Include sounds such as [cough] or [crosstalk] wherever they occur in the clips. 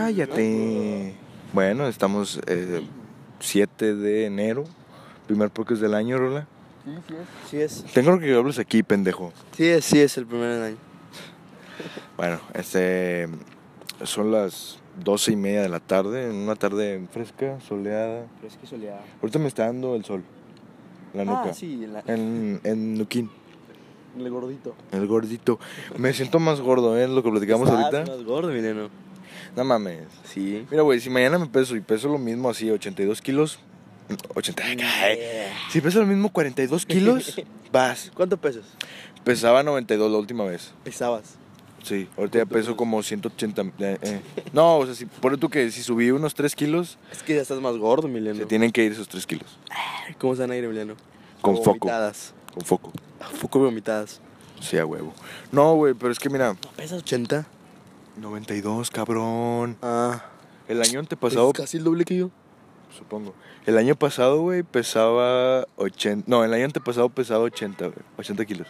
Cállate. Bueno, estamos eh, 7 de enero, primer podcast del año, Rola. Sí es. Tengo que hablas aquí, pendejo. Sí es, sí es el primer del año. Bueno, este. Son las doce y media de la tarde, en una tarde fresca, soleada. Pero es que soleado. Ahorita me está dando el sol, en la nuca. Ah, sí, la- En, en Nuquín, el gordito. el gordito. Me siento más gordo, ¿eh? Lo que platicamos Estás ahorita. más gordo, Mileno. No mames. Sí. Mira, güey, si mañana me peso y peso lo mismo así, 82 kilos. 80. ay, Si peso lo mismo 42 kilos, vas. ¿Cuánto pesas? [laughs] Pesaba 92 la última vez. Pesabas. Sí, ahorita ya peso como 180. eh, eh. No, o sea, si, por tú que si subí unos 3 kilos, Es que ya estás más gordo, Mileno. se tienen que ir esos 3 kilos. ¿Cómo están aire, Mileno? Con Como foco. Vomitadas. Con foco. A Foco vomitadas. Sí, a huevo. No, güey, pero es que mira, ¿Pesas 80? 92, cabrón. Ah. El año antepasado, casi el doble que yo. supongo. El año pasado, güey, pesaba 80. No, el año antepasado pesaba 80, güey. 80 kilos.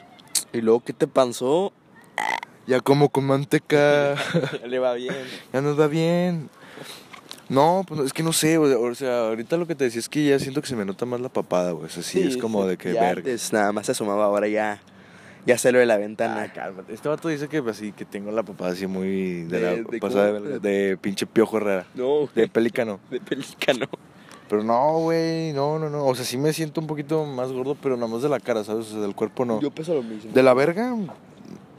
¿Y luego qué te panzó? Ya como con manteca. [laughs] [laughs] Le va bien. ya nos va bien. No, pues no, es que no sé, güey, o sea, ahorita lo que te decía es que ya siento que se me nota más la papada, güey. O sea, sí, es como de que ya verga. antes nada más se asomaba, ahora ya. Ya se lo de la ventana. Ah, cálmate. Este vato dice que así que tengo la papada así muy de, De- la de pasada de, cómo- verga, de pinche piojo rara, no, de pelícano. de pelícano. Pero no, güey, no, no, no. O sea, sí me siento un poquito más gordo, pero nada más de la cara, ¿sabes? O sea, del cuerpo no. Yo peso lo mismo. De la verga,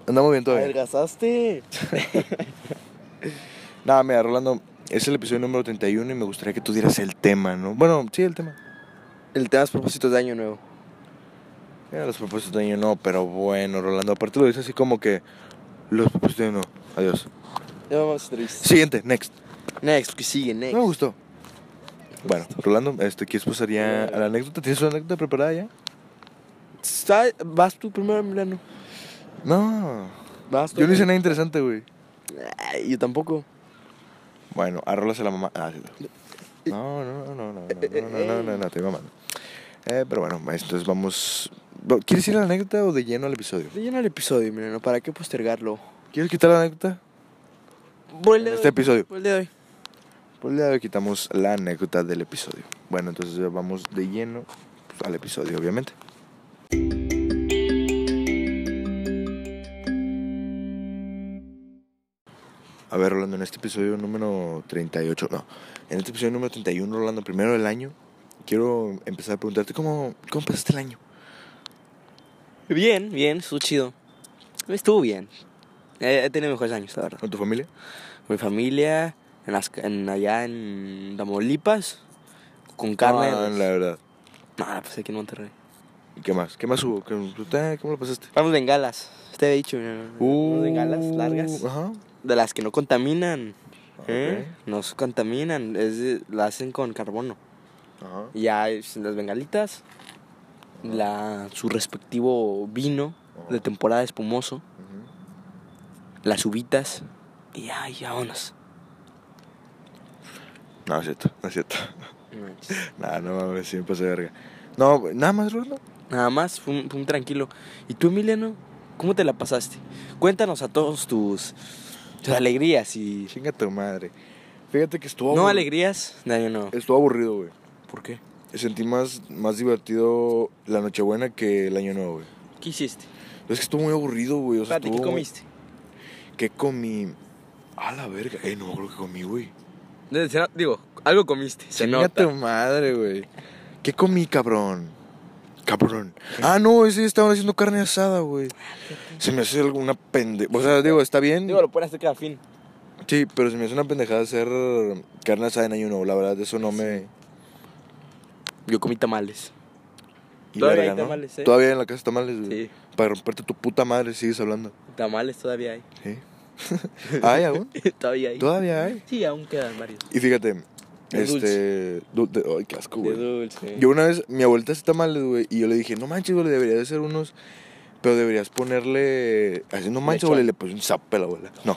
andamos bien todavía. ¿Adelgazaste? Nada, mira, Rolando, es el episodio número 31 y me gustaría que tú dieras el tema, ¿no? Bueno, sí, el tema. El tema es propósitos de año nuevo. Mira, los propósitos de año no, pero bueno, Rolando, aparte lo dices así como que los propósitos de año no. Adiós. Ya vamos a entrevistar. Siguiente, next. Next, que sigue, next. No me gustó. Bueno, Rolando, este, ¿quieres pasar ya a la anécdota? ¿Tienes una anécdota preparada ya? Sa- Vas tú primero, Milano. No. Vas tú. Yo no hice nada interesante, güey. Ay, yo tampoco. Bueno, arrolas a la mamá. Ah, sí. No, no, no, no, no, no, no, no, no, no, no, estoy mamando. Eh, pero bueno, entonces vamos. ¿Quieres ir a la anécdota o de lleno al episodio? Rellena el episodio, Milano. ¿Para qué postergarlo? ¿Quieres quitar la anécdota? Por el En este episodio. Por el de hoy. Pues le quitamos la anécdota del episodio. Bueno, entonces ya vamos de lleno pues, al episodio, obviamente. A ver, Rolando, en este episodio número 38, no, en este episodio número 31, Rolando, primero del año, quiero empezar a preguntarte cómo, cómo pasaste el año. Bien, bien, estuvo chido. Estuvo bien. Eh, He tenido mejores años, la verdad. ¿Con tu familia? Con mi familia, en las, en, allá en Tamaulipas, con carne. Ah, la verdad. Nah, pues aquí en Monterrey. ¿Y qué más? ¿Qué más hubo? ¿Qué- eh, ¿Cómo lo pasaste? Unas bengalas. Usted había dicho, Milano. Unas bengalas Uh, largas. Ajá. De las que no contaminan. ¿eh? Ok. No se contaminan, es de- la hacen con carbono. Ajá. Y Ya es las bengalitas, la, su respectivo vino de temporada espumoso, Ujú. las uvitas y ya, y vámonos. No, es cierto, no es cierto. [laughs] Nah, no mames, sí me pasé de verga. No, güey, nada más, Rolando. Nada más, fue un, fue un tranquilo. ¿Y tú, Emiliano, cómo te la pasaste? Cuéntanos a todos tus, tus alegrías y... Chinga tu madre. Fíjate que estuvo. No aburri- alegrías, no, yo no. Estuvo aburrido, güey. ¿Por qué? Sentí más, más divertido la Nochebuena que el Año Nuevo, güey. ¿Qué hiciste? Es que estuvo muy aburrido, güey. O sea, Espérate, ¿qué estuvo- comiste? ¿Qué comí? A la verga. Eh, no, creo que comí, güey. Digo, algo comiste. Se Chinga nota. tu madre, güey. ¿Qué comí, cabrón? Cabrón. Ah, no, ese día estaban haciendo carne asada, güey. Se me hace alguna pende... O sea, digo, está bien. Ah, Digo, lo pueden hacer cada fin. Sí, pero se me hace una pendejada hacer carne asada en año nuevo, la verdad, eso no me... Yo comí tamales. y Todavía verga, hay ¿no? tamales, ¿eh? Todavía en la casa tamales, güey. Sí, Para romperte tu puta madre sigues hablando. tamales todavía hay. [laughs] Sí. [laughs] ¿Hay aún? todavía hay. Todavía hay. Sí, aún quedan varios. Y fíjate, De este... du- de- Ay, qué asco, De güey. dulce. Yo una vez, mi abuelita hace tamales, güey, y yo le dije, no manches, güey, deberías de hacer unos... Pero deberías ponerle... Haciendo manches, Lechón. güey, le puse un zape a la abuela. No.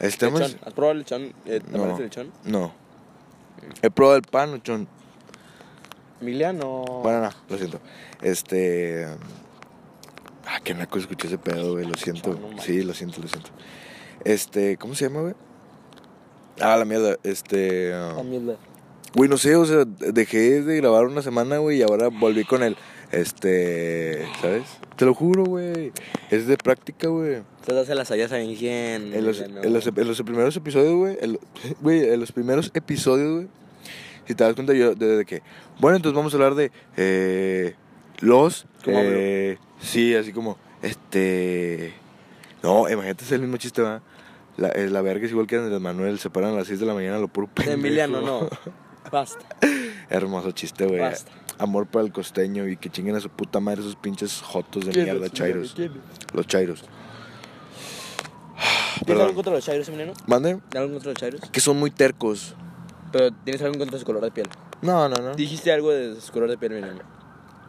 Este lechón. más... ¿Has probado el lechón? Eh, ¿Tamales No. de lechón? No. He probado el pan, chon. Emiliano. Bueno, no, lo siento. Este. Ah, qué naco escuché ese pedo, güey. Lo siento. No manches. Sí, lo siento, lo siento. Este, ¿cómo se llama, güey? Ah, la mierda, este... ah, La mierda. Güey, no sé, o sea, dejé de grabar una semana, güey, y ahora volví con el... Este... ¿Sabes? Te lo juro, güey. Es de práctica, güey. Todas se las allá saben quién. En los, ya no. en los- en los primeros episodios, güey. en lo- [laughs] Güey, en los primeros episodios, güey. Si te das cuenta, yo de, de que. Bueno, entonces vamos a hablar de. eh, los. ¿Cómo hablo? eh, sí, así como. Este. No, imagínate, es el mismo chiste, va. La, eh, la verga es igual que Andrés Manuel. Se paran a las 6 de la mañana, lo puro pendejo. Emiliano, no. [laughs] Basta. [laughs] Hermoso chiste, güey. Basta. Amor para el costeño y que chinguen a su puta madre esos pinches jotos de mierda, chairos. Los chairos. ¿Tienes algo Perdón. contra los chairos, Emiliano? Mande. ¿Tienes algo contra los chairos? Que son muy tercos. Pero tienes algo contra su color de piel. No, no, no. Dijiste algo de su color de piel, Emiliano.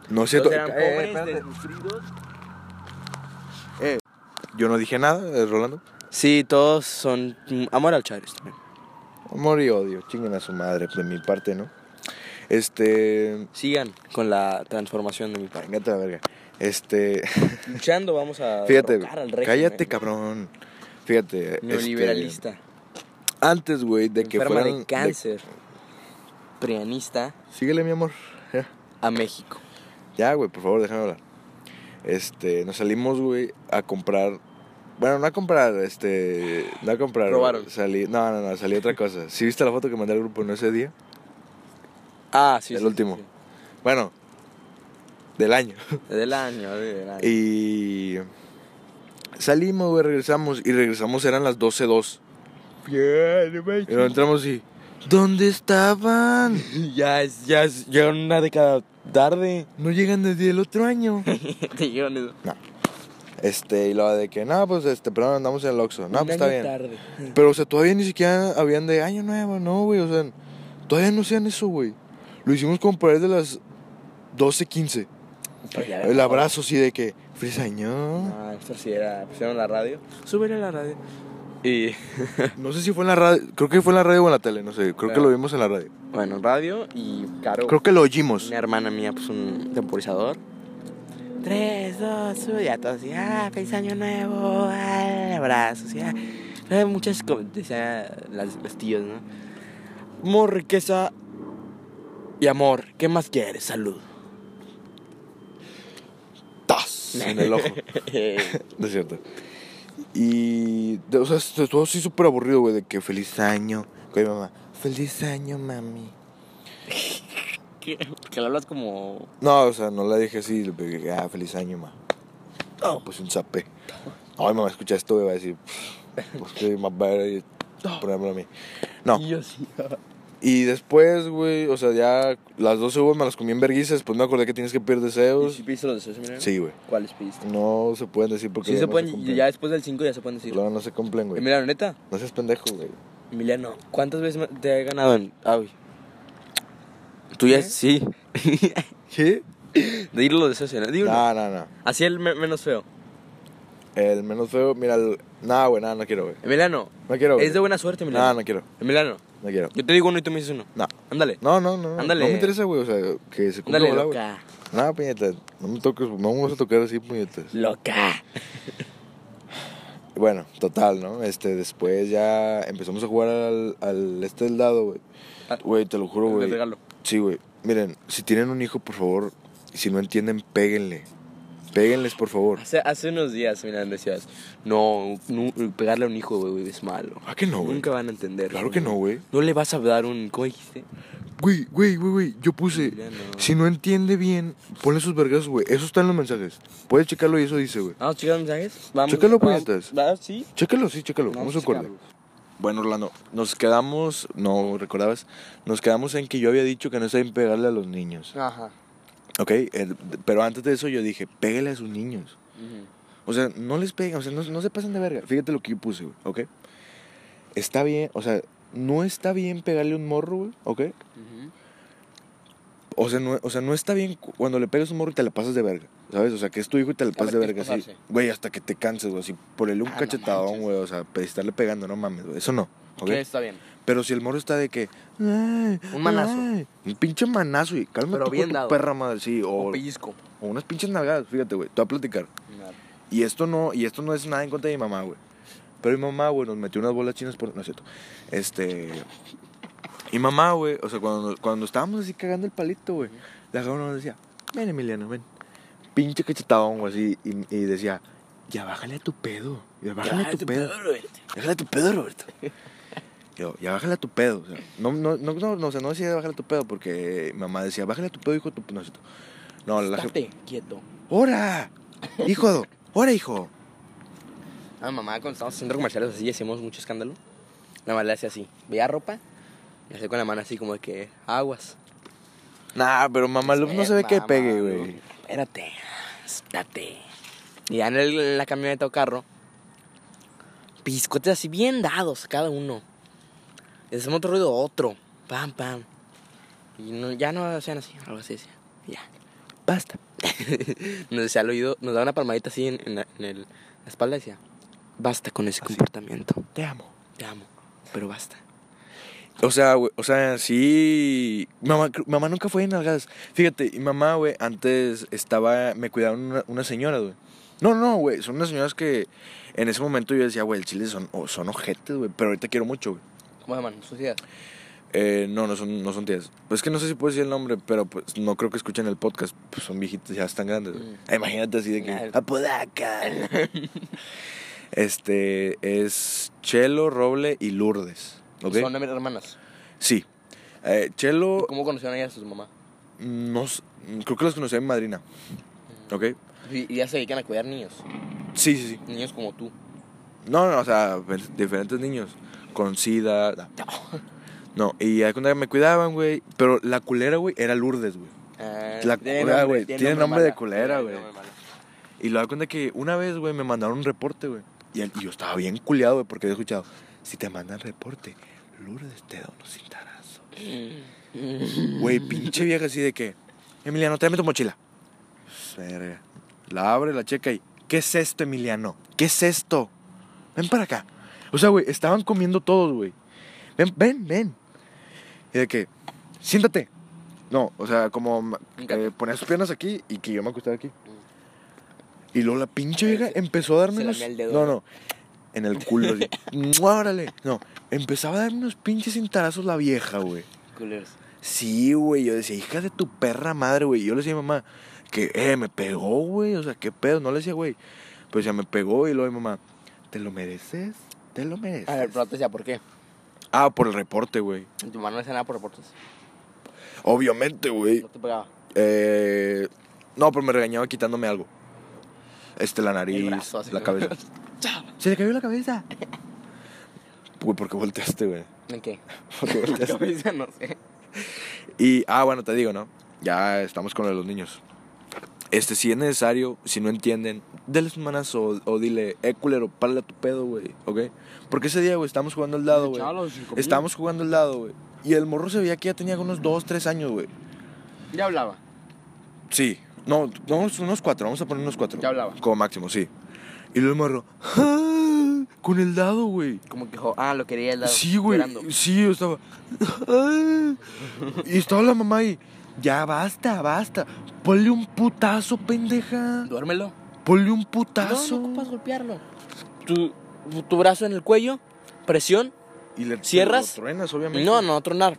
No es ¿Ah? cierto. Todos eran Eh, pobres, este. espérate. desnutridos. Yo no dije nada, eh, Rolando. Sí, todos son mm, amor al chairos también. Amor y odio, chinguen a su madre, de mi parte, ¿no? Este. Sigan con la transformación de mi país. Vengate a la verga. [laughs] Este. Luchando vamos a Fíjate. derrocar al régimen eh. Cállate, cabrón. Fíjate. este, neoliberalista, antes, güey, de que enferma fueran. de de- cáncer, prianista Síguele, mi amor. Ya. a México. Ya, güey, por favor, déjame hablar. Este, nos salimos, güey, a comprar. Bueno, no a comprar, este. No a comprar. Robaron. Salí, no, no, no, salí [laughs] otra cosa. ¿Sí viste la foto que mandé al grupo en ese día? Ah, sí. El sí, último. sí, Bueno, del año. sí. Del año, del año. Y salimos, güey, regresamos. Y regresamos, eran las 12.02. Y nos entramos y. ¿Dónde estaban? [laughs] Ya es, ya es, ya una década [laughs] tarde. No llegan desde el otro año. [laughs] Te llevan eso. Este, y lo de que, no, pues, este, pero andamos en el Oxxo. No, Un pues año está bien. tarde. Pero, o sea, todavía ni siquiera habían de año nuevo, no, güey. O sea, todavía no hacían eso, güey. Lo hicimos como por ahí de las 12.15. Pero ya El abrazo, sí, de que, feliz año. No, esto sí era, pusieron la radio. Súbele la radio. Y, [laughs] No sé si fue en la radio, creo que fue en la radio o en la tele, no sé. Creo que Pero- lo vimos en la radio. bueno, radio y caro. Creo que lo oímos. Una hermana mía puso un temporizador. Tres, dos, uno, ya todos así, ah, feliz año nuevo, ah, abrazos, ya. Hay muchas, co- decían las, los tíos, ¿no? Amor, riqueza y amor, ¿qué más quieres? [laughs] Salud. ¡Tas! En el ojo. Eh, No es cierto. Y, de- o sea, se- estuvo así súper aburrido, güey, de que feliz año. Con mi mamá, feliz año, mami. que, que lo hablas como... No, o sea, no la dije así, le pegué, ah, feliz año, ma. Oh. Pues un zapé. Ay, mamá, escucha esto, güey, va a decir, pues que más va a ponerme a mí. No, Y yo sí. y después, güey, o sea, ya las 12 uvas me las comí en verguizas, pues me acordé que tienes que pedir ¿Y deseos. si pediste los deseos, Emiliano? Sí, güey. ¿Cuáles pediste? No se pueden decir porque Sí, luego se no pueden, cumplen. ya después del 5 ya se pueden decir. Luego no se cumplen, güey. Emiliano, neta, No seas pendejo, güey. Emiliano, ¿cuántas veces ma- te he ganado en Avi? Tú ¿Eh? ya, sí. [laughs] ¿Qué? Dilo los deseos, ¿no? Di uno. No, no, no. Así el me- menos feo. El menos feo, mira, el... nada, güey, nada, no quiero, güey. Emiliano, No quiero, güey. es de buena suerte, Emiliano. No, no quiero, Emiliano, no quiero. yo te digo uno y tú me dices uno. No. Ándale. No, no, no. Ándale. No me interesa, güey, o sea, que se cumpla, Ándale, ojalá, güey. loca. Nada, puñetas. No me toques, no me vas a tocar así, puñetas. Loca. Bueno, total, ¿no? Este, después ya empezamos a jugar al, al este del dado, güey. Ah, Güey, te lo juro, el güey. regalo. Sí, güey. Miren, si tienen un hijo, por favor, y si no entienden, péguenle. Péguenles, por favor. Hace, hace unos días, Emiliano, decías, no, nu- pegarle a un hijo, güey, es malo. Ah, que no, güey. Nunca van a entender. Claro que no, güey. No le vas a dar un... ¿Cómo dijiste? Güey, güey, güey, güey, yo puse, Mira, no. si no entiende bien, ponle sus vergas, güey. Eso está en los mensajes. Puedes checarlo y eso dice, güey. Vamos, chicos, mensajes. Vamos. Chécalo, vamos- puñetas. ¿Va? Sí. Chécalo, sí, chécalo. Vamos a acordar. checarlo. Bueno, Orlando, nos quedamos, no recordabas, nos quedamos en que yo había dicho que no está bien pegarle a los niños. Ajá. Ok, eh, pero antes de eso yo dije, pégale a sus niños. Ujú. O sea, no les peguen, o sea, no, no se pasen de verga. Fíjate lo que yo puse, güey, ok. Está bien, o sea, no está bien pegarle a un morro, güey, ok. Ujú. O sea, no, o sea, no está bien cu- cuando le pegas a un morro y te la pasas de verga, ¿sabes? O sea, que es tu hijo y te la pasas de ver, ¿qué verga es así. pasarse? Güey, hasta que te canses, güey, así, ponerle un Ah, no cachetadón, manches. güey, o sea, pe- estarle pegando, no mames, güey, eso no, ok. ¿Qué? Está bien. Pero si el morro está de que. Un manazo. un pinche manazo y calma Pero tú con bien tu dado. perra madre, sí. O, Un pellizco. o unas pinches nalgadas, fíjate, güey. Te voy a platicar. Y esto no, y esto no es nada en contra de mi mamá, güey. Pero mi mamá, güey, nos metió unas bolas chinas por. No es cierto. Este. Y mamá, güey, o sea, cuando, cuando estábamos así cagando el palito, güey, la cabrona nos decía, ven, Emiliano, ven. Pinche cachetadón, güey, así. Y, y decía, ya bájale a tu pedo. Ya bájale a Ah, tu pedo. Roberto. Bájale a tu pedo, Roberto. Yo, ya bájale a tu pedo. O sea, no, no, no, no, no, o sea, no decía bájale a tu pedo porque mamá decía, bájale a tu pedo, hijo de tu. No, es cierto. no la gente. Estate quieto. ¡Hora! ¡Hijo! ¡Hora, hijo! Ah, mamá, cuando estábamos en centros comerciales así y hacíamos mucho escándalo, la mamá le hacía así, veía ropa y hacía con la mano así como de que aguas. Eh, Nah, pero mamá Luz no se ve que Mamá, pegue, güey. Espérate, espérate. Y ya en, el- en la camioneta o carro, piscotes así bien dados cada uno. Y hacemos otro ruido, otro. Pam, pam. Y no- ya no sean así, algo así decía. Ya. Basta. [laughs] nos decía al oído, nos daba una palmadita así en, en la, en el- la espalda y decía, basta con ese comportamiento. Te amo. Te amo, pero basta. O sea, güey, o sea, sí. Mamá, cr- mamá nunca fue en nalgadas. Fíjate, y mamá, güey, antes estaba. Me cuidaban una, una señora, güey. No, no, güey. Son unas señoras que en ese momento yo decía, güey, el chile son, o- son ojetes, güey. Pero ahorita quiero mucho, güey. ¿Cómo llaman? Suciedad. Eh, no, no son, no son tías. Pues es que no sé si puedo decir el nombre, pero pues no creo que escuchen el podcast. Pues son viejitas, ya están grandes. güey. Mm. Ah, Imagínate así de que. Claro. Apodaca. [laughs] este es Chelo, Roble y Lourdes. ¿Ok? Son hermanas. Sí. Eh, Chelo, ¿Cómo conocieron ellas a su mamá? no, s- creo que los conocí a mi madrina. Mm. ¿Ok? Y, y ya se dedican a cuidar niños. Sí, sí, sí. Niños como tú. No, no, o sea, pues, diferentes niños. Con sida. da. No, y a cuenta que me cuidaban, güey. Pero la culera, güey, era Lourdes, güey. Ah, La tiene culera, nombre- güey, tiene nombre de mala. culera, Tiene güey. nombre mala. Y lo da cuenta que una vez, güey, me mandaron un reporte, güey. Y, el- y yo estaba bien culiado, güey, porque había escuchado. Si te mandan reporte, Lourdes te da unos cintarazos. Güey, pinche vieja así de que. Emiliano, tráeme tu mochila. Verga. La abre, la checa y. ¿Qué es esto, Emiliano? ¿Qué es esto? Ven para acá. O sea, güey, estaban comiendo todos, güey. Ven, ven, ven. Y de que. Siéntate. No, o sea, como Híncate. eh, ponía sus piernas aquí y que yo me acostaba aquí. Y luego la pinche vieja empezó a darme Se unos. lamía el dedo, No, ¿no? no. En el culo, así. [laughs] ¡Mua, ¡Órale! No, empezaba a darme unos pinches cintarazos la vieja, güey. [laughs] Culeros. Sí, güey. Yo decía, hija de tu perra madre, güey. Yo le decía a mi mamá que, eh, me pegó, güey. O sea, qué pedo. No le decía, güey. Pues ya me pegó y luego mi mamá, ¿te lo mereces? ¿Te lo mereces? A ver, pero antes ya, ¿por qué? Ah, por el reporte, güey. Tu mamá no hace nada por reportes. Obviamente, güey. No te pegaba. Eh, no, pero me regañaba quitándome algo. Este, la nariz, El brazo, así la como- [laughs] cabeza. Se le cayó la cabeza. Güey, ¿por qué volteaste, güey? ¿En qué? [laughs] ¿Por [laughs] qué La volteaste? cabeza, no sé. Y, ah, bueno, te digo, ¿no? Ya estamos con lo de los niños. Este, si es necesario, si no entienden, déles un manazo o, o dile, eh, culero, párale a tu pedo, güey, ¿ok? Porque ese día, güey, estábamos jugando al lado, güey. Chalo, cinco mil. Estábamos jugando al lado, güey. Y el morro se veía que ya tenía unos 2, 3 años, güey. Ya hablaba. Sí. No, vamos unos 4, vamos a poner unos 4. Ya hablaba. Como máximo, sí. Y luego el morro, "Ah", con el dado, güey. Como que, jo- ah, lo quería el lado. Sí, güey. llorando. Sí, yo estaba. "Ah". y estaba la mamá ahí. Ya basta, basta. Ponle un putazo, pendeja. Duérmelo. Ponle un No, putazo. no ocupas golpearlo. Tu, tu brazo en el cuello, presión. y le ¿Cierras? lo truenas, obviamente. No, no, tronar.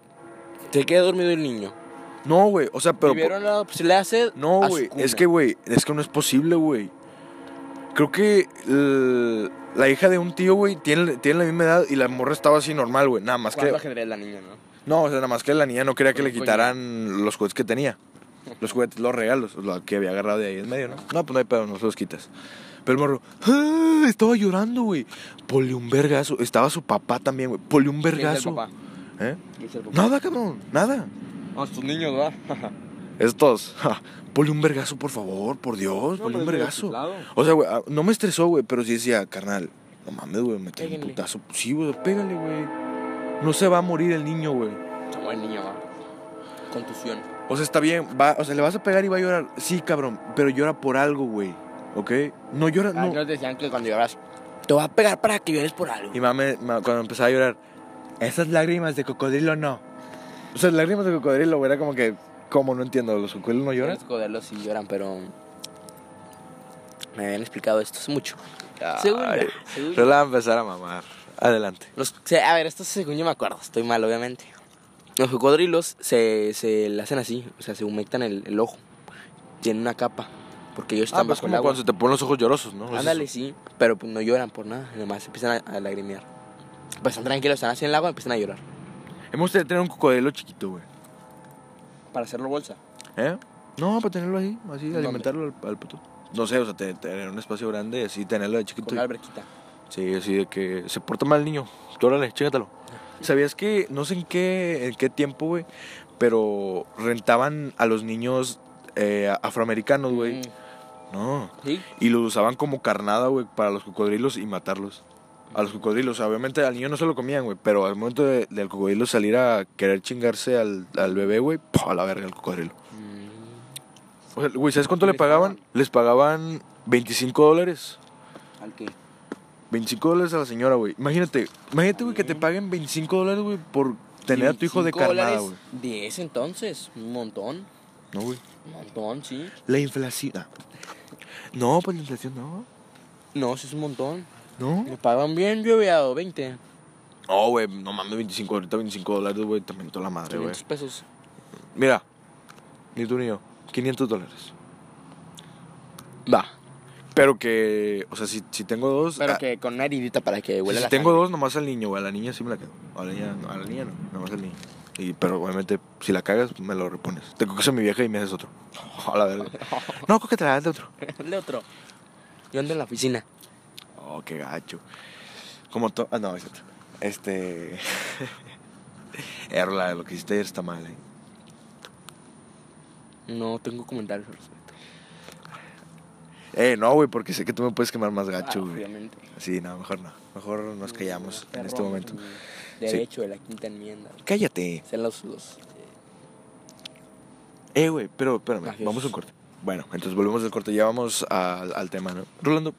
Se queda dormido el niño. No, güey. O sea, pero. Y vieron la- si le hace. No, a su güey. cuna. Es que, güey. Es que no es posible, güey. Creo que el- la hija de un tío, güey, tiene, tiene la misma edad y la morra estaba así normal, güey. Nada más que. Jugando ajedrez la niña, ¿no? No, o sea, nada más que la niña no quería que le Coño. quitaran los juguetes que tenía. Los juguetes, los regalos, lo que había agarrado de ahí en medio, ¿no? No, pues no hay pedo, no se los quitas. Pero el morro, ¡ah! estaba llorando, güey. Ponle un vergazo. Estaba su papá también, güey. Ponle un ¿Quién es el vergazo. papá? ¿Eh? ¿Quién es el papá? Nada, cabrón, nada. Ah, sus niños, ¿verdad? Estos, ja, ponle un vergazo, por favor, por Dios, ponle pues, un hombre, vergazo. chiflado. O sea, güey, ah, no me estresó, güey, pero sí decía, carnal, no mames, güey, me un Péguenle. putazo. Sí, güey, pégale, güey. No se va a morir el niño, güey. Se muere el niño, va. Contusión. O sea, está bien, va, o sea, le vas a pegar y va a llorar. Sí, cabrón, pero llora por algo, güey. ¿Ok? No llora, Ah, no. nos decían que cuando lloras, te vas a pegar para que llores por algo. Y mame, ma- cuando empezaba a llorar, esas lágrimas de cocodrilo no. O sea, lágrimas de cocodrilo, güey, era como que, como no entiendo, los cocodrilos no lloran. Los cocodrilos sí lloran, pero. Me habían explicado esto hace mucho. Ay, Según yo, según yo. No la va a empezar a mamar. Adelante. Los- se- a ver, esto según yo me acuerdo, estoy mal, obviamente. Los cocodrilos se, se le hacen así, o sea, se humectan el, el ojo. Tienen una capa, porque ellos Ah, están pues bajo el como agua. cuando se te ponen los ojos llorosos, ¿no? Es Ándale, eso. sí, pero pues no lloran por nada, nomás empiezan a, a lagrimear. Pues están tranquilos, están así en el agua, empiezan a llorar. Me gustaría tener un cocodrilo chiquito, güey. Para hacerlo bolsa. ¿Eh? No, para tenerlo ahí, así, ¿Dónde? alimentarlo al, al puto. No sé, o sea, te- tener un espacio grande, así, tenerlo de chiquito. Con una alberquita. Sí, así de que se porta mal el niño. Tú órale, chégatelo. ¿Sabías que, no sé en qué, en qué tiempo, güey, pero rentaban a los niños eh, afroamericanos, güey? Mm, No. Sí, Y los usaban como carnada, güey, para los cocodrilos y matarlos. A los cocodrilos, o sea, obviamente al niño no se lo comían, güey, pero al momento de- del cocodrilo salir a querer chingarse al, al bebé, güey, ¡pah! a la verga el cocodrilo. O sea, güey, ¿sabes cuánto le les pagaban? Les pagaban 25 dólares. al que. 25 dólares a la señora, güey. Imagínate, imagínate, güey, que te paguen 25 dólares, güey, por tener a tu hijo de 25 carnada, güey. dólares De ese entonces, un montón, No, güey. un montón, sí. La inflación. ah. No, pues la inflación no. No, sí es un montón. No. Me pagan bien lloviado, 20. No, güey, no mames, 25, ahorita 25 dólares, güey, te mentó la madre, güey. 500 pesos. Mira, ni tú ni yo, 500 dólares. Va. Pero que, o sea, si, si tengo dos. Pero ah, que con una heridita para que si huela la tengo sangre. dos, nomás al niño, güey. A la niña sí me la quedo. A la niña, no, a la niña no, nomás al niño. Y, pero obviamente, si la cagas, me lo repones. Te coges a mi vieja y me haces otro. [laughs] A [laughs] la verga. No, coge te la das de otro. Hazle otro. Yo ando en la oficina. Oh, qué gacho. Como to... Ah, no, es cierto. Este... [laughs] Erla, lo que hiciste ayer está mal, ¿eh? No tengo comentarios al respecto. Eh, no, güey, porque sé que tú me puedes quemar más gacho, Ah, güey. obviamente. Sí, no, mejor no. Mejor nos callamos en este Perro, momento. De Sí. hecho, de la quinta enmienda. Cállate. Sean los, los Eh, güey, pero espérame, Mafiosos. vamos a un corte. Bueno, entonces volvemos del corte, ya vamos al, al tema, ¿no? Rolando,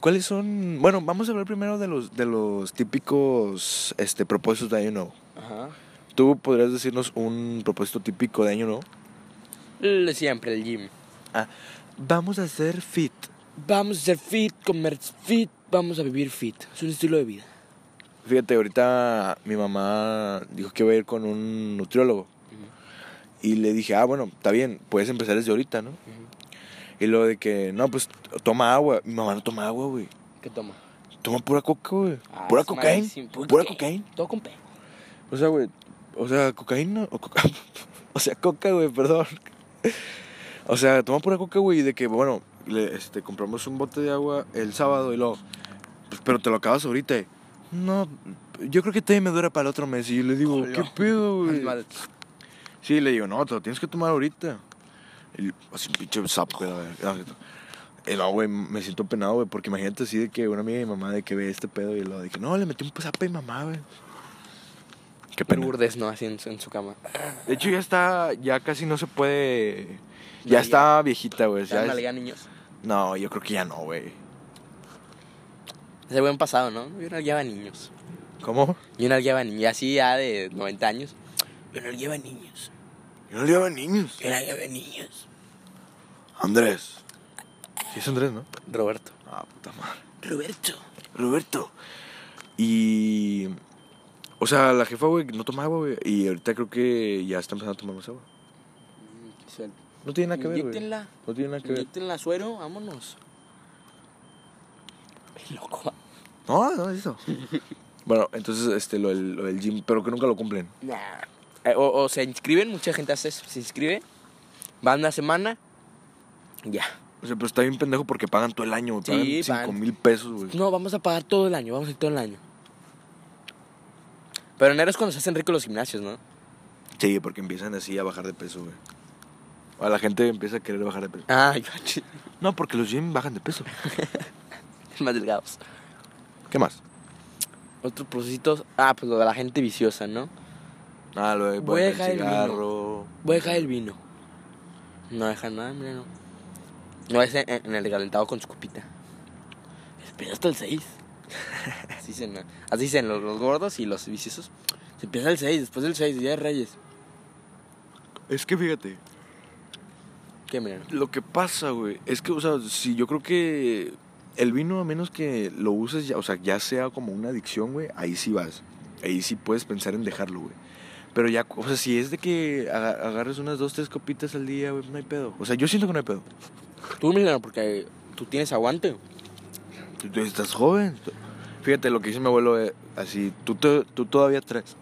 ¿cuáles son...? Bueno, vamos a hablar primero de los, de los típicos este, propósitos de año nuevo. Ajá. ¿Tú podrías decirnos un propósito típico de año nuevo? Lo de siempre, el gym. Ah, vamos a hacer fit. Vamos a ser fit, comer fit, vamos a vivir fit. Es un estilo de vida. Fíjate, ahorita mi mamá dijo que iba a ir con un nutriólogo. Y le dije, ah, bueno, está bien, puedes empezar desde ahorita, ¿no? Y luego de que, no, pues toma agua. Mi mamá no toma agua, güey. ¿Qué toma? Toma pura coca, güey. Ah, pura es cocaína. malísimo. Pura cocaína. Todo con P. O sea, güey, o sea, cocaína o coca. [laughs] o sea, coca, güey, perdón. o sea, toma pura coca, güey, y de que, bueno, le, este, compramos un bote de agua el sábado y luego, pues, pero te lo acabas ahorita. eh. No, yo creo que todavía me dura para el otro mes. Y yo le digo, Hola. ¿qué pedo, güey? Mal. Sí, le digo, no, te lo tienes que tomar ahorita. Y, así un pinche sapo, güey. la verga. No, Y no, güey, me siento penado, güey, porque imagínate así de que una amiga de mi mamá de que ve este pedo y lo de que no, le metí un sapo a mi mamá, güey. Qué Pero pena. Pues Lourdes no, así en su, en su cama. De hecho, ya está, ya casi no se puede. Ya, ya. Ya está viejita, güey. ya Ya es- nalga, niños. No, yo creo que ya no, güey. Ese buen pasado, ¿no? Yo nalgueaba a niños. ¿Cómo? Yo nalgueaba a niños. Así ya de 90 años. Yo nalgueaba a niños. Yo no le daba niños. Yo nalgueaba a niños. Andrés. Sí, es Andrés, ¿no? Roberto. Ah, puta madre. Roberto. Roberto. Y. O sea, la jefa, güey, no tomaba agua, güey. Y ahorita creo que ya está empezando a tomar más agua. No tiene nada que ver, güey. Inyéctenla. No tiene nada que ver. Inyéctenla suero, vámonos. Qué loco. No, no es [laughs] eso. bueno, entonces, este, lo del, lo del gym, pero que nunca lo cumplen. Nah. Eh, o, o se inscriben, mucha gente hace eso. Se inscribe, van una semana, ya. O sea, pero está bien pendejo porque pagan todo el año, güey. Sí, Pagan cinco pagan. mil pesos, güey. No, vamos a pagar todo el año, vamos a ir todo el año. Pero enero es cuando se hacen ricos los gimnasios, ¿no? Sí, porque empiezan así a bajar de peso, güey. O la gente empieza a querer bajar de peso. Ah, [laughs] yo- No, porque los gym bajan de peso. más delgados. ¿Qué más? Otros procesitos, ah, pues lo de la gente viciosa, ¿no? Ah, lo de Voy bueno, a el dejar el cigarro. Voy a dejar el vino. No deja nada, mira, no. No, es en, en el calentado con su copita. Espera hasta el 6. Así dicen, ¿no? Así dicen los, los gordos y los viciosos. Se empieza el 6, después del 6, Día de Reyes. Es que fíjate. ¿Qué, mira? Lo que pasa, güey, es que, o sea, si yo creo que el vino, a menos que lo uses, ya, o sea, ya sea como una adicción, güey, ahí sí vas. Ahí sí puedes pensar en dejarlo, güey. Pero ya, o sea, si es de que aga- agarres unas dos, tres copitas al día, güey, no hay pedo. O sea, yo siento que no hay pedo. Tú, Milano, porque tú tienes aguante. Tú, tú estás joven. Fíjate lo que dice mi abuelo, eh, así, tú, to- tú todavía traes.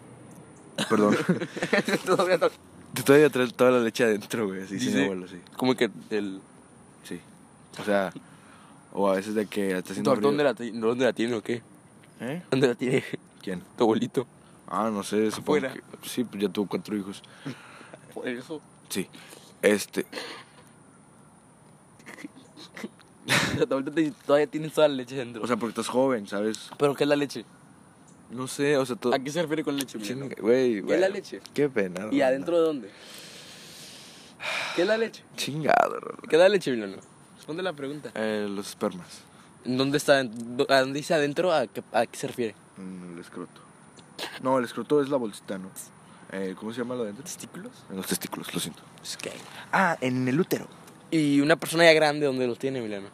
Perdón. Todavía no. tú todavía traes toda la leche adentro, güey, así dice mi Dice- abuelo, sí. Como que el Sí. O sea, o a veces de que está haciendo doctor, frío. ¿dónde la, ti- ¿dónde la tiene o qué? ¿Eh? ¿Dónde la tiene ¿Quién? tu abuelito? Ah, no sé, supongo Afuera. que- Sí, pues ya tuvo cuatro hijos. Por eso. Sí. Este, Todavía tienes toda la leche dentro. o sea, porque estás joven, ¿sabes? ¿Pero qué es la leche? No sé, o sea, todo... ¿A qué se refiere con leche, Milano? Chinga, Güey, ¿Qué es la bueno, leche? Qué pena. ¿Y Rolando. adentro de dónde? ¿Qué es la leche? Chingado, Rolando. ¿Qué es la leche, Milano? Responde la pregunta. Eh, los espermas. ¿En ¿Dónde está? do- ¿A dónde dice adentro? ¿A qué, a qué se refiere? Mm, el escroto. No, el escroto es la bolsita, ¿no? Eh, ¿Cómo se llama lo de adentro? ¿Testículos? En los testículos, lo siento. Es que... Ah, en el [laughs] útero. ¿Y una persona ya grande dónde los tiene, Milano?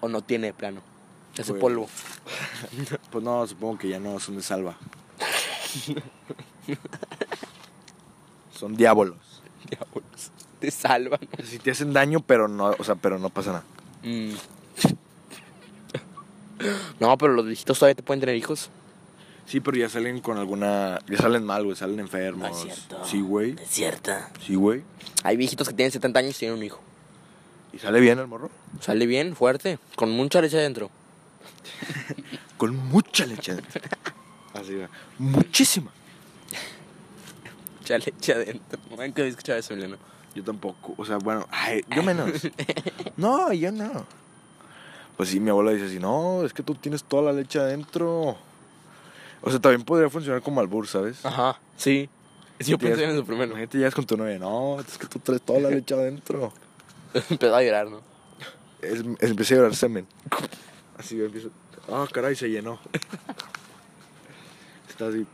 ¿O no tiene de plano? Hace Pues- polvo. [laughs] Pues no, supongo que ya no son de [laughs] salva. son diábolos. Diablos. Te salvan. Si te hacen daño, pero no, o sea, pero no pasa nada. Mm. [laughs] No, pero los viejitos todavía te pueden tener hijos. Sí, pero ya salen con alguna. Ya salen mal, güey, salen enfermos. Sí, güey. Es cierto. Sí, güey. Hay viejitos que tienen 70 años y tienen un hijo. ¿Y sale bien el morro? Sale bien, fuerte, con mucha leche adentro. Con mucha leche adentro. [laughs] Así va. Muchísima. Mucha leche adentro. Nunca había escuchado eso, Milano. Yo tampoco. O sea, bueno, ay, [laughs] yo menos. No, yo no. Pues sí, mi abuela dice así, no, es que tú tienes toda la leche adentro. O sea, también podría funcionar como albur, ¿sabes? Ajá, sí. Ah, Yo Te pensé llegas- en eso primero. Imagínate, llegas con tu novia, no, es que tú traes toda la leche adentro. Empezó a llorar, [coughs] ¿no? Es- empecé a llorar semen. Así yo empiezo, ah, caray, se llenó. [laughs] Está así.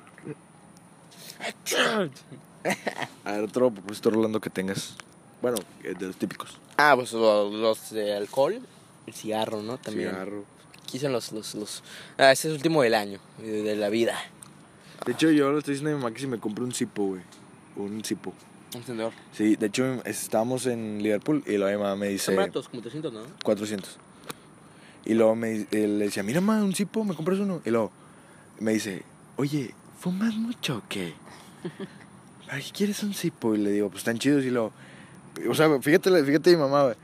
A ver, otro propósito, Rolando, que tengas. Bueno, eh, de los típicos. Ah, pues lo- los, de alcohol, el cigarro, ¿no? También. Cigarro. Aquí son los, los, los... Ah, ese es el último del año, de, de la vida. De hecho, yo le estoy diciendo a mi mamá que si me compro un cipo, güey. Un cipo. Encendedor. Sí, de hecho, em- estábamos en Liverpool y luego mi mamá me dice... Son baratos, como 300, ¿no? 400. Y luego me, di- eh, le decía, mira, mamá, un cipo, ¿me compras uno? Y luego me dice, oye, ¿fumas mucho o qué? [laughs] ¿Para qué quieres un cipo? Y le digo, pues están chidos. Y luego, o sea, fíjate, la- fíjate mi mamá, güey.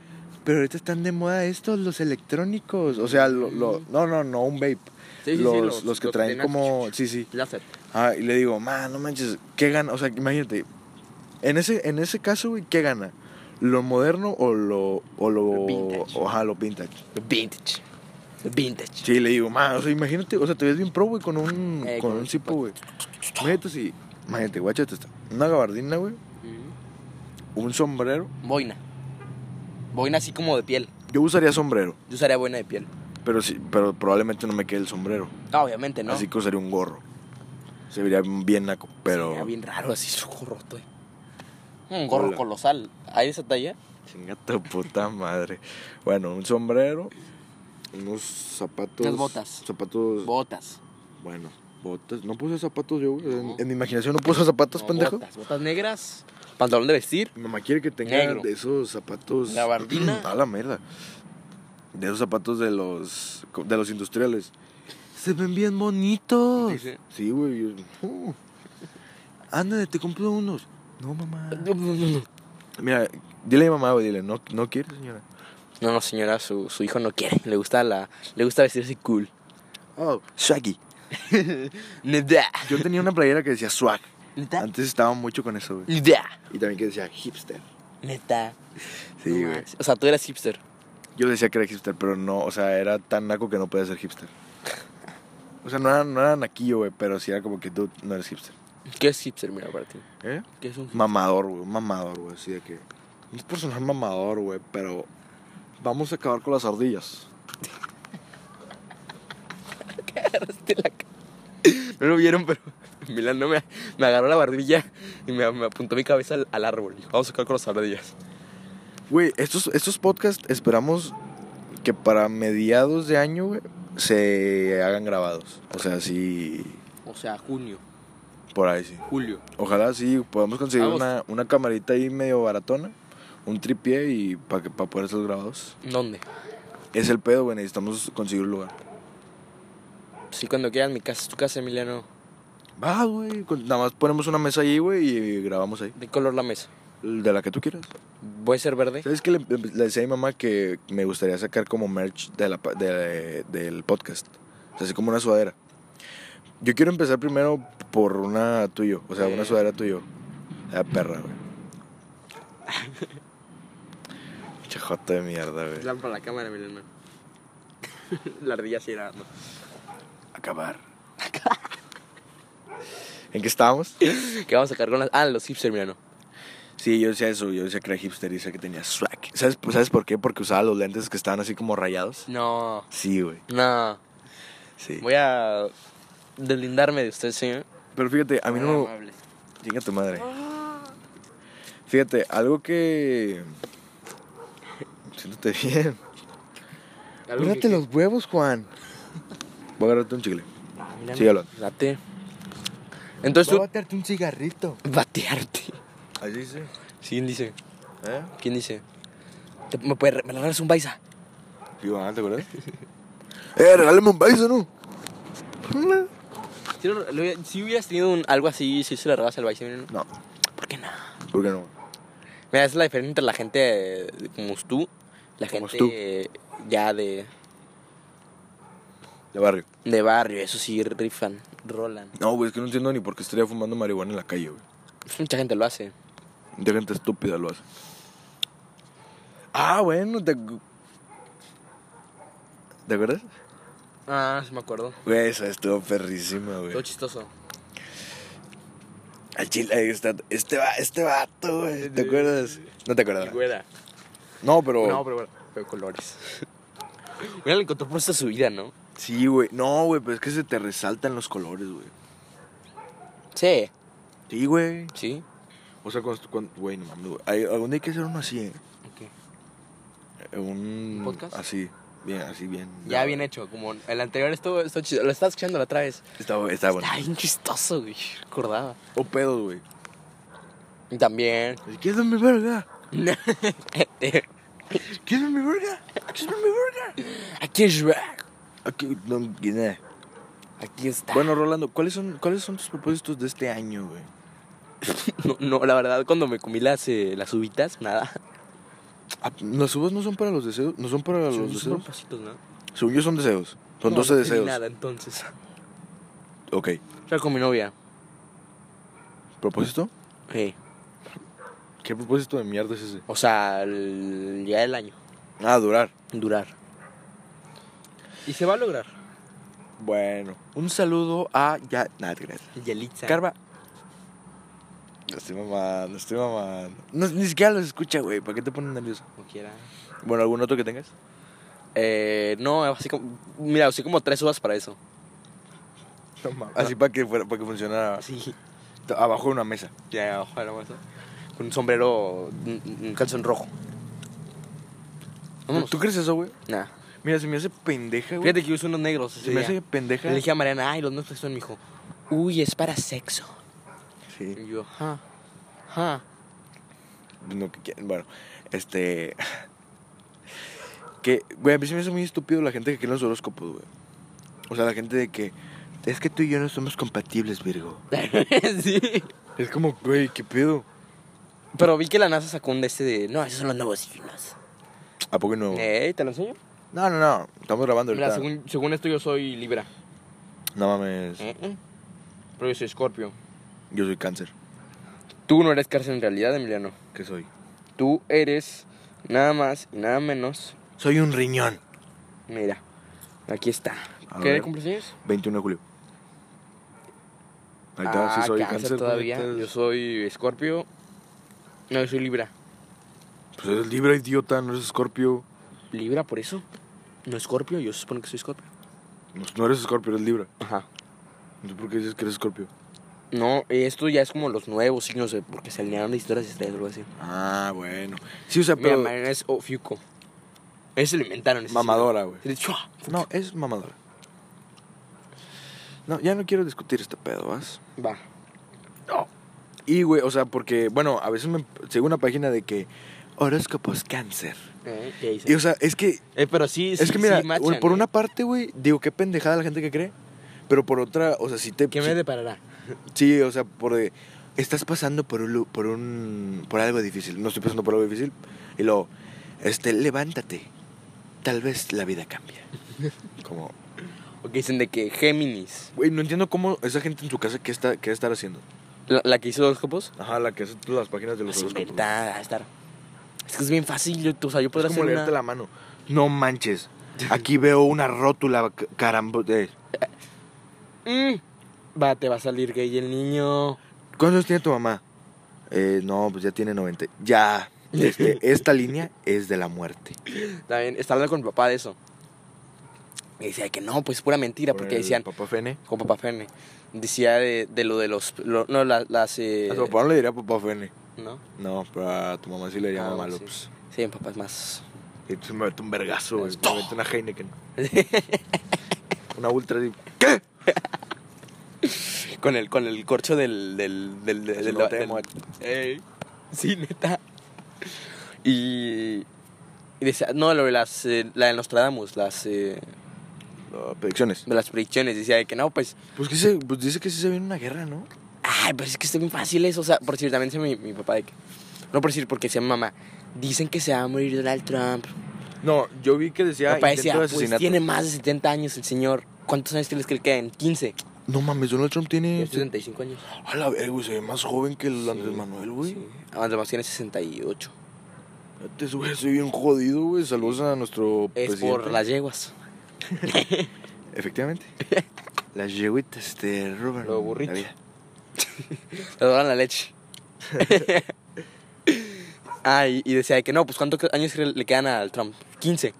Pero ahorita están de moda estos, los electrónicos. O sea, lo, lo- no, no, no, un vape. Sí, sí, sí, los, los- los que los que traen tienen- como... Sí, sí. Láser. Ah, y le digo, ma, no manches, ¿qué gana? O sea, imagínate, en ese, en ese caso, güey, ¿qué gana? ¿Lo moderno o lo... O lo Lo vintage. o, ajá, lo vintage. Vintage. Vintage. Sí, le digo, ma, o sea, imagínate, o sea, te ves bien pro, güey, con un... Eh, con con un un cipo, güey. Imagínate si... Imagínate, guachate está. Una gabardina, güey, un sombrero. Boina. Boina así como de piel. Yo usaría sombrero, Yo usaría boina de piel. pero sí, pero probablemente no me quede el sombrero. Ah, obviamente, ¿no? Así que usaría un gorro. Se vería bien naco, pero... Era bien raro así su gorro, güey. Un gorro Hola. colosal. ¿Hay esa talla? Chinga tu puta madre. Bueno, un sombrero, unos zapatos. Unas botas. Zapatos. Botas. bueno, botas. No puse zapatos yo, güey. En, No. en mi imaginación no puse zapatos, No, pendejo. Botas, botas negras. Pantalón de vestir. Mi mamá quiere que tenga Negro. de esos zapatos. Gabardina. [clears throat] A la mierda. De esos zapatos de los. de los industriales. Se ven bien bonitos. Dice. Sí, güey. yo- uh. Ándale, te compro unos. No, mamá. No, Mira, dile a mi mamá, güey, dile, no, no quieres, señora. no, señora, su, su hijo no quiere. Le gusta la. Le gusta vestirse cool. Oh, Shaggy. Nada. Yo tenía una playera que decía swag. Neta. Antes estaba mucho con eso, güey. Neta. Y también que decía hipster. Neta. Sí, No güey. manches. O sea, tú eras hipster. Yo decía que era hipster, pero no, o sea, era tan naco que no podía ser hipster. O sea, no era, no era naquillo, güey, pero sí era como que tú no eres hipster. ¿Qué es hipster, mira, para ti? ¿Eh? ¿Qué es un hipster? Mamador, güey, un mamador, güey, así de que. No es por sonar mamador, güey, pero. Vamos a acabar con las ardillas. Agarraste [laughs] la ca- No lo vieron, pero [laughs] Milán no me, me agarró la barbilla y me, me apuntó mi cabeza al, al árbol. Dijo, vamos a sacar con las ardillas. Güey, estos, estos podcasts esperamos que para mediados de año, güey, se hagan grabados. O sea, sí, O sea, junio, por ahí sí. julio. Ojalá sí podamos conseguir Agosto. una, una camarita ahí medio baratona, un tripié y para que para poder hacer los grabados. ¿Dónde? Es el pedo, güey, necesitamos conseguir un lugar. Sí, cuando quieras, mi casa es tu casa, Emiliano. Va, güey, con- nada más ponemos una mesa ahí, güey, y grabamos ahí. ¿De color la mesa? De la que tú quieras. ¿Voy a ser verde? ¿Sabes qué? Le, le decía a mi mamá que me gustaría sacar como merch de la pa- de- del podcast. O sea, así como una sudadera. Yo quiero empezar primero por una tuyo. O sea, una Eh. sudadera tuyo. La perra, güey. Pinche joto de mierda, güey. Lámpara la cámara, Emiliano. [laughs] la ardilla sí era. no. Acabar. [laughs] ¿En qué estábamos? ¿Qué vamos a sacar con las.? Ah, los hipster, Emiliano. Sí, yo decía eso. Yo decía que era hipster y decía que tenía swag. ¿Sabes, ¿Sabes por qué? Porque usaba los lentes que estaban así como rayados. No. Sí, güey. No. Sí. Voy a deslindarme de usted, señor. Pero fíjate, a mí no... Chinga tu madre. Ah. Fíjate, algo que. Siéntate [laughs] bien. Agárrate los huevos, Juan. Voy a agarrarte un chicle. Sí, habla. Date. Entonces tú. baterte un cigarrito. Batearte. [laughs] Así dice. ¿Quién dice? ¿Eh? ¿Quién dice? Te- ¿Me puedes me regalas un baisa? Digo, ah, ¿te acuerdas? [laughs] eh, regálame un beso, ¿no? [laughs] Si, lo- lo hubiera- si hubieras tenido un- algo así, si se le regalas al baisa, Emiliano. No, ¿por qué no? ¿por qué no? Mira, esa es la diferencia entre la gente eh, como es tú, la Como es gente tú. eh, ya de, De barrio. de barrio, eso sí, rifan, rolan. No, güey, es que no entiendo ni por qué estaría fumando marihuana en la calle, güey. Pues Mucha gente lo hace. De gente estúpida lo hace. Ah, bueno, ¿te, acu- ¿Te acuerdas? Ah, sí me acuerdo. Güey, esa estuvo perrísima, güey. Todo chistoso. Al chile, ahí está, este, va- este vato, güey. ¿Te acuerdas? No te acuerdas. Güera. No, pero. No, pero bueno, Ah. Oh. pero [laughs] colores. Mira, le encontró por esta subida, ¿no? Sí, güey. No, güey, pero es que se te resaltan los colores, güey. Sí. Sí, güey. ¿Sí? O sea, cuando. cuando- Güey, no mames, güey. Hay- Algún día hay que hacer uno así, ¿eh? Ok. Eh, Un. ¿Un podcast? Así. Bien, así, bien. Ya bien hecho, como el anterior estuvo, estuvo chido. Lo estás escuchando la otra vez. Está, bu- está bueno. Está bien chistoso, güey. Acordaba. O pedos, güey. Y También. ¿Quieres mi verga? ¿Quieres mi verga? ¿Quieres mi verga? [laughs] Aquí es Shrek. Aquí, no, eh. Aquí está. Bueno, Rolando, ¿cuáles son, ¿cuáles son tus propósitos de este año, güey? No, no, la verdad, cuando me comí las, eh, las uvitas, nada. Ah, Las uvas no son para los deseos, no son para los Son deseos. propósitos, ¿no? Según yo son deseos. Son No, 12 no comí deseos. nada, entonces. Ok. Estaba con mi novia. ¿Propósito? Sí. ¿Qué propósito de mierda es ese? O sea, el- ya el año. Ah, durar. Durar. Y se va a lograr. Bueno. Un saludo a ya. Nada, te creas. Yelitza. Carva. No estoy mamando, estoy mamando. No, ni siquiera los escucha, güey. ¿Para qué te ponen nervioso? Como quiera. Bueno, ¿algún otro que tengas? Eh, no, así como. Mira, así como tres uvas para eso. No mames. Así para que, fuera, para que funcionara Sí. t- abajo de una mesa. [laughs] Ya, abajo de la mesa. Con un sombrero. Un, un calzón rojo. ¿Tú, Vámonos. tú crees eso, güey? Nah. Mira, se me hace pendeja, güey. Fíjate que yo uso unos negros. Se ese me día. hace pendeja. Le dije a Mariana, ay, los nuestros son, mijo. Uy, es para sexo. Sí. Y yo, ajá. Ajá. No, que quieren, bueno, este. [laughs] Que, güey, a mí se me hace muy estúpido la gente que cree en los horóscopos, güey. O sea, la gente de que. Es que tú y yo no somos compatibles, Virgo. [laughs] sí. Es como, güey, ¿qué pedo? Pero vi que la NASA sacó un de este de. No, esos son los nuevos signos. ¿A poco no? Eh, ¿te lo enseño? No, no, no. Estamos grabando ahorita. Mira, según, según esto, yo soy Libra. No mames. Eh, eh. Pero yo soy Escorpio. Yo soy cáncer. Tú no eres cárcel en realidad, Emiliano. ¿Qué soy? Tú eres nada más y nada menos. Soy un riñón. Mira, aquí está. A ¿Qué ver. cumpleaños? 21 de julio. Ahí está, sí soy cáncer, güey, Ah, todavía. ahorita Yo es- soy Escorpio. No, yo soy Libra. Pues eres libre, idiota, no eres escorpio. ¿Libra por eso? No Escorpio, yo supongo que soy Escorpio. No eres escorpio, eres libra. Ajá. No sé por qué dices que eres escorpio. No, esto ya es como los nuevos signos, eh, porque se alinearon las historias estrellas o algo así. Ah, bueno. Sí, o sea, Mira, pero. Mariana es Ofiuco. Ese lo inventaron. ese Mamadora, güey. signo. "Ah, Sí, chua. No, es mamadora. No, ya no quiero discutir este pedo, ¿vas? Va. Oh. Y, güey, o sea, porque, bueno, a veces me. Según una página de que. Horóscopos cáncer. Eh, ¿qué dice? Y, o sea, es que. Eh, pero sí, Es sí- que, mira, sí machan, güey, por eh. una parte, güey, digo, qué pendejada la gente que cree. Pero por otra, o sea, si te. ¿Qué sí- me deparará? Sí, o sea, por de, estás pasando por un, lu- por un por algo difícil. No estoy pasando por algo difícil. Y luego, este, levántate. Tal vez la vida [laughs] cambia. Como, O que dicen de que Géminis, güey, no entiendo cómo esa gente en su casa qué está qué estar haciendo. la, la que hizo horóscopos, Ajá, la que hace todas las páginas de los es horóscopos. inventada, estar. Es que es bien fácil, yo, o sea, yo Es podría como hacer leerte una... la mano. [laughs] No manches. Aquí veo una rótula ca- carambo. eh, Mm, va, te va a salir gay el niño. ¿Cuántos años tiene tu mamá? Eh, no, pues ya tiene 90. Ya. [laughs] Este, esta línea es de la muerte. También estaba hablando con mi papá de eso. Y decía que no, pues pura mentira, Por porque el decían, Papá Fene. con papá Ferne, decía de, de lo de los, lo- no, la- las, eh, A su papá no le diría papá Fene. ¿no? No, pero a tu mamá sí le llama Ah, malo, sí. pues. Sí, mi papá es más... Y tú me mete un vergazo, güey. Me ¡Toma! mete una [laughs] Heineken. Una ultra. así. ¿Qué? Con el, con el corcho del. del. del. del. Así del, lo te del- muer- Ey, sí, neta. Y. y decía- no, lo de las. eh, la de Nostradamus, las. eh, No, predicciones. de las predicciones. Decía de que no, pues. Pues, que se, pues dice que sí se viene una guerra, ¿no? Ay, pues es que está bien fácil eso. O sea, por decir, también decía mi, mi papá de que. No por decir, porque decía mi mamá. Dicen que se va a morir Donald Trump. No, yo vi que decía. mi papá intento decía, de pues asesinato. tiene más de 70 años el señor. ¿Cuántos años crees que le quedan? 15. No mames, Donald Trump tiene. Tiene 75 años. A la verga, güey. Se ve más joven que el Andrés Manuel, güey. Sí. Además tiene 68. Te sube, soy bien jodido, güey. Saludos a nuestro Es presidente. por las yeguas. Efectivamente. [laughs] Las yeguitas te roban. Los burritos. la vida. Le daban la [laughs] leche. ah, y, y decía de que no, pues ¿cuántos cre- años cre- le quedan al Trump? 15.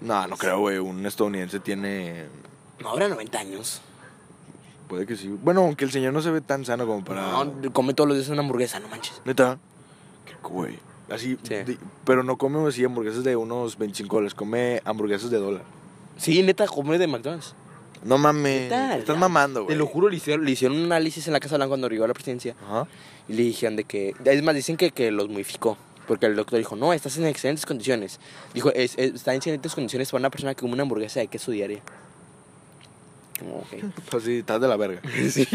No, no creo, güey. Un estadounidense tiene. No, habrá 90 años. Puede que sí. Bueno, aunque el señor no se ve tan sano como para. No, come todos los días una hamburguesa, no manches. Neta. Qué güey. Así. Sí. de- pero no come así hamburguesas de unos 25 dólares. Come hamburguesas de dólar. Sí, neta, come de McDonald's. No mames. Neta, Estás ya. mamando, güey. Te lo juro, le hicieron, le hicieron un análisis en la Casa Blanca cuando llegó a la presidencia. Ajá. Y le dijeron de que... Es más, dicen que, que los modificó. Porque el doctor dijo, no, estás en excelentes condiciones. Dijo, "Es- es- está en excelentes condiciones para una persona que come una hamburguesa de queso diaria. Como, ok. Así, estás de la verga. [laughs] sí.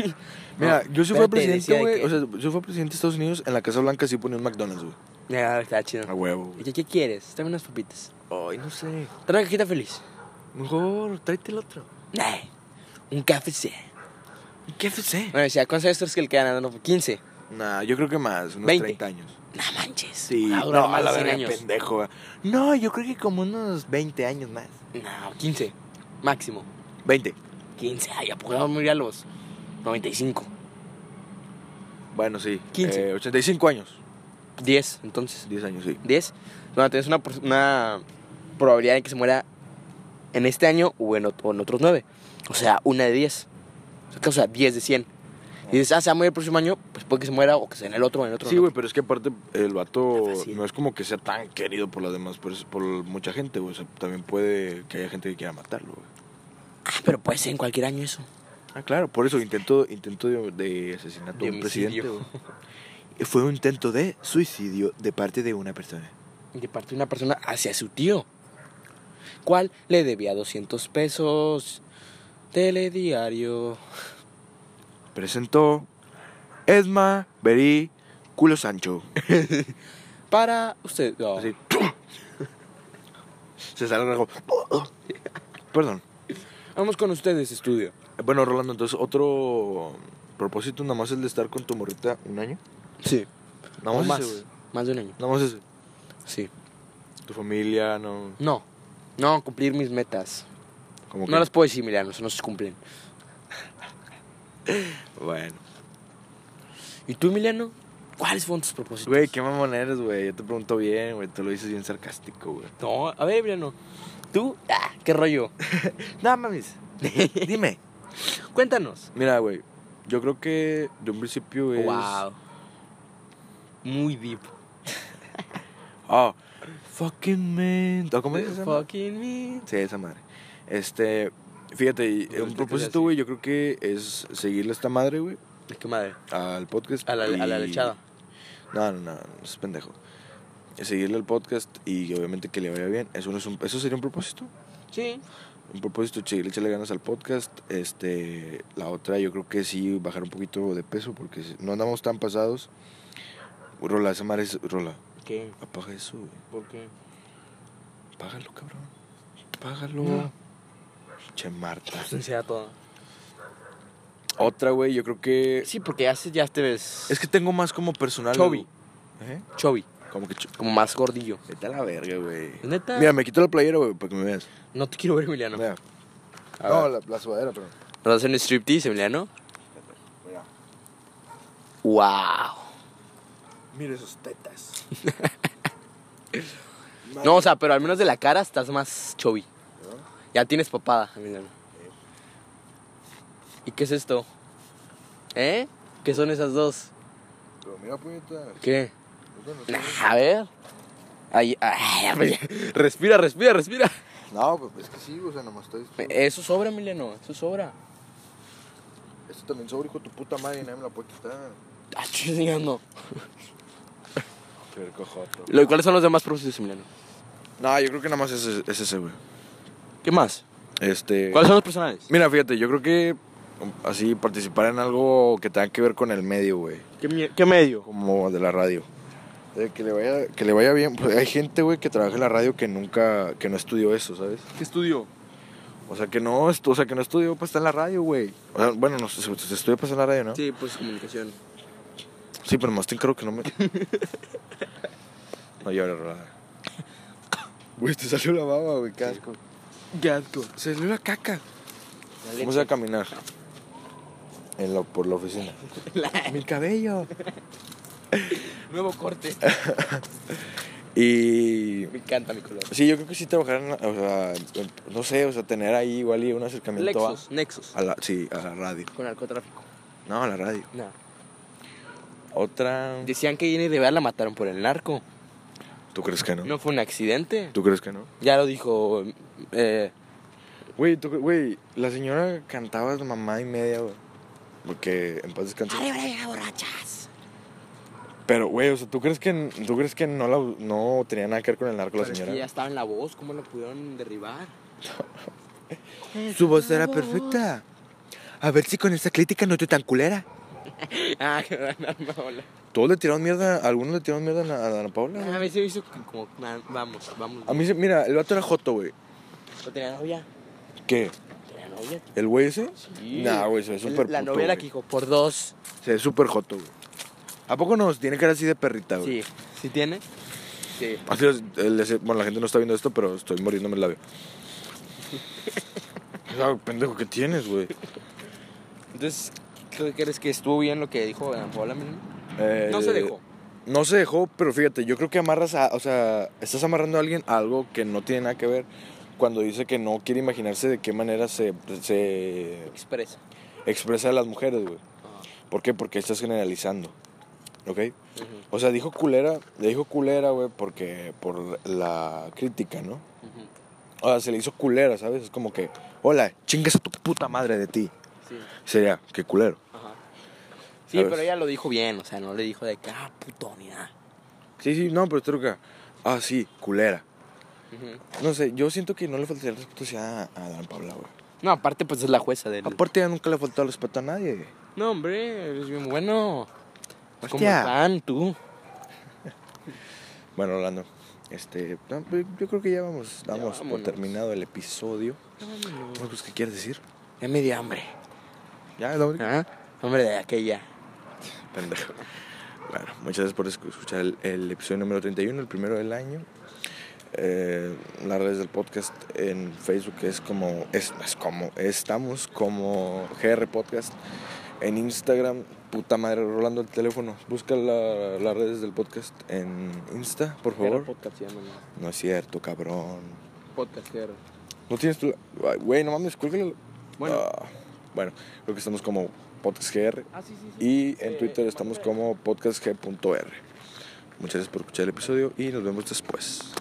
Mira, No, yo si fuera espérate, decía presidente, de güey. que- O sea, yo fuera presidente de Estados Unidos, en la Casa Blanca sí ponía un McDonald's, güey. Ya, está chido. A huevo, ¿Y güey. qué, qué quieres? Tráeme unas papitas. Ay, no sé. Trae una cajita feliz. Mejor, tráete el otro. Ay, un KFC. ¿Qué FC? Bueno, decía, ¿cuántos años crees que le quedan a Donald? 15. Nah, yo creo que más, unos 20. 30 años. No manches. Sí, Va a durar no, a más la de 100 verga, años. pendejo. güey. No, yo creo que como unos 20 años más. No, 15. Máximo. 20. 15. Ay, ¿a poco va a morir a los 95? Bueno, sí. 15. Eh, 85 años. 10, entonces. 10 años, sí. 10. Bueno, tienes una, por- una probabilidad de que se muera en este año o en, ot- o en otros 9. O sea, una de 10. O sea, que- o sea, 10 de 100. Y dices, ah, se va a morir el próximo año, pues puede que se muera o que sea en el otro o en el otro. Sí, en el güey, pero es que aparte el vato Está fácil. no es como que sea tan querido por las demás, pers- por mucha gente, güey. O sea, también puede que haya gente que quiera matarlo, güey. otro. Ah, pero puede ser en cualquier año eso. Ah, claro, por eso intento, intento de, de asesinato De a un presidente. homicidio. güey. Fue un intento de suicidio de parte de una persona. [laughs] de parte de una persona hacia su tío, cual le debía 200 pesos. Telediario. Presentó Edma Berí Culo Sancho. Para usted. no. Así. Se sale algo. Perdón. Vamos con ustedes, estudio. Bueno, Rolando, entonces otro propósito nada más es el de estar con tu morrita un año. Sí. Nada más, más. ese, güey. más de un año. Nada más ese. Sí. Tu familia, no. No. No, cumplir mis metas. Como No las puedo decir, Emiliano, eso no se cumplen. Bueno. ¿Y tú, Emiliano? ¿Cuáles fueron tus propósitos? Güey, qué mamón eres, güey. Yo te pregunto bien, güey. Tú lo dices bien sarcástico, güey. No, a ver, Emiliano. ¿Tú? Ah, qué rollo. No mames. Dime. Cuéntanos. Mira, güey. Yo creo que de un principio es. Wow. Muy deep. Ah, fucking man. ¿O ¿Cómo es esa madre? Fucking me. Sí, esa madre. Este, fíjate, y Pero un ahorita propósito, que güey, yo creo que es seguirle a esta madre, güey, Es que madre. al podcast. A la, a la y- lechada. No, no, no, no es pendejo. Seguirle al podcast y obviamente que le vaya bien. Eso, no es un- eso sería un propósito. Sí. Un propósito, seguirle echarle ganas al podcast. Este, la otra, yo creo que sí, bajar un poquito de peso porque si- no andamos tan pasados. Rola, esa madre es. Rola, ¿Qué? apaga eso, güey. ¿Por qué? Págalo, cabrón. Págalo. No. Pues, Che, Marta. Sea todo. Otra, güey, yo creo que. Sí, porque haces ya te ves. Es que tengo más como personal. Chubby. ¿Eh? chubby. Como que. chu- Como más gordillo. Vete a la verga, güey. Neta. Mira, me quito la playera, güey, para que me veas. No te quiero ver, Emiliano. Mira. A No, ver. la, la sudadera, pero. ¿Nos hacen striptease, Emiliano? Mira. Wow. Mira esas [laughs] tetas. No, o sea, pero al menos de la cara estás más chubby. Ya tienes papada, Emiliano. ¿Y qué es esto? ¿Eh? ¿Qué son esas dos? Pero mira, puñeta. pues ¿Qué? Nah, a ver. Ay, ay, ya, pues, ya. respira, respira, respira. No, pues es que sí, o sea, nomás estoy. Eso sobra, Emiliano, eso sobra. Esto también sobre, hijo de tu puta madre, y nadie me la puede quitar. Ah, estoy enseñando. Qué cojoto. Lo- ¿Cuáles son los demás procesos, Emiliano? No, yo creo que nada más es, es ese, güey. ¿Qué más? Este. ¿Cuáles son los personales? Mira, fíjate, yo creo que. um, Así, participar en algo que tenga que ver con el medio, güey. ¿Qué, medio? como de la radio. Eh, que, le vaya, que le vaya bien. Pues hay gente, güey, que trabaja en la radio que nunca, que no estudió eso, ¿sabes? ¿Qué estudio? O sea, que no, estu- o sea, que no estudió para estar en la radio, güey. O sea, bueno, no, sé, se, se estudió para estar en la radio, ¿no? Sí, Sí, pues comunicación. pero más te creo que no [laughs] me... no llores, Rola. Güey, te salió la baba, güey, casco. Gasco. Se salió la caca. Vamos a caminar. En la- por [laughs] la oficina. Mi cabello. Nuevo [laughs] corte. Y... Me encanta mi color. Sí, yo creo que sí trabajar, en la- o sea, en- no sé, o sea, tener ahí igual y un acercamiento a, Lexus, Nexus. a la, sí, a la radio. Con narcotráfico. No, a la radio. Nada. Otra. Decían que Jenny Rivera la mataron por el narco. ¿Tú crees que no? No fue un accidente. ¿Tú crees que no? Ya lo dijo. Eh, Güey, tú cre- güey, la señora cantaba de mamá y media, güey. Porque en paz descansa. borrachas. Pero, güey, o sea, ¿tú crees que, tú crees que no, la, no tenía nada que ver con el narco la Pero es que ya señora? estaba en la voz, ¿cómo la pudieron derribar? [laughs] Su voz era perfecta. A ver si con esa crítica no te tan culera. Ah, que no, no, no. Todos le tiraron mierda, algunos le tiraron mierda a Ana- a Ana Paula. güey. A mí se me hizo como. na- Vamos, vamos. A mí, se- mira, el vato era joto, güey. ¿No tenía novia? ¿Qué? ¿Tenía novia? ¿El güey ese? Sí. Nah, güey, se ve súper La puto, novia la güey. que dijo, por dos. Se ve súper joto, güey. ¿A poco nos tiene cara así de perrita, Ah, güey? Sí. ¿Sí tiene? Sí. Así es, el ese- bueno, la gente no está viendo esto, pero estoy muriéndome [laughs] el labio. O sea, pendejo que tienes, güey. Entonces, ¿qué crees que estuvo bien lo que dijo Ana Paula? Miriam? Eh, No se dejó. No se dejó, pero fíjate, yo creo que amarras a. O sea, estás amarrando a alguien a algo que no tiene nada que ver cuando dice que no quiere imaginarse de qué manera se, se Expresa. Ah, expresa a las mujeres, güey. ¿Por qué? Porque estás generalizando. ¿Ok? O sea, dijo culera, le dijo culera, güey, porque por la crítica, ¿no? O sea, se le hizo culera, ¿sabes? Es como que, hola, chingas a tu puta madre de ti. Sí. Sería, qué culero. Ajá. Sí, ¿Sabes? pero ella lo dijo bien, o sea, no le dijo de que, ah, puto, ni nada. Sí, sí, no, pero truca. Ah, sí, culera. No sé, yo siento que no le faltaría el respeto sí, a, a Dan Paula, güey. No, aparte, pues es la jueza del. Aparte, ya nunca le faltó el respeto a nadie. No, hombre, eres bien bueno. Pues, ¿Cómo Hostia. están tú? Bueno, Orlando, este, no, pues, yo creo que ya vamos, damos por vámonos. terminado el episodio. Bueno, pues, ¿Qué quieres decir? Ya me dio hambre. Ya, no, ¿Ah? Hombre, de aquella. pendejo. Bueno, muchas gracias por escu- escuchar el, el episodio número 31, el primero del año. Eh, las redes del podcast en Facebook es como, es, es como, estamos como GR Podcast. En Instagram, puta madre, Rolando el teléfono. Busca la- las redes del podcast en Insta, por Era favor. podcast, ya no. No es cierto, cabrón. Podcast, era. No tienes tu... ay, Güey, no mames, cuélgalo. Bueno. Ah, bueno, creo que estamos como podcastgr. Ah, sí, sí, sí. Y en Twitter estamos como podcastg.r. Muchas gracias por escuchar el episodio y nos vemos después.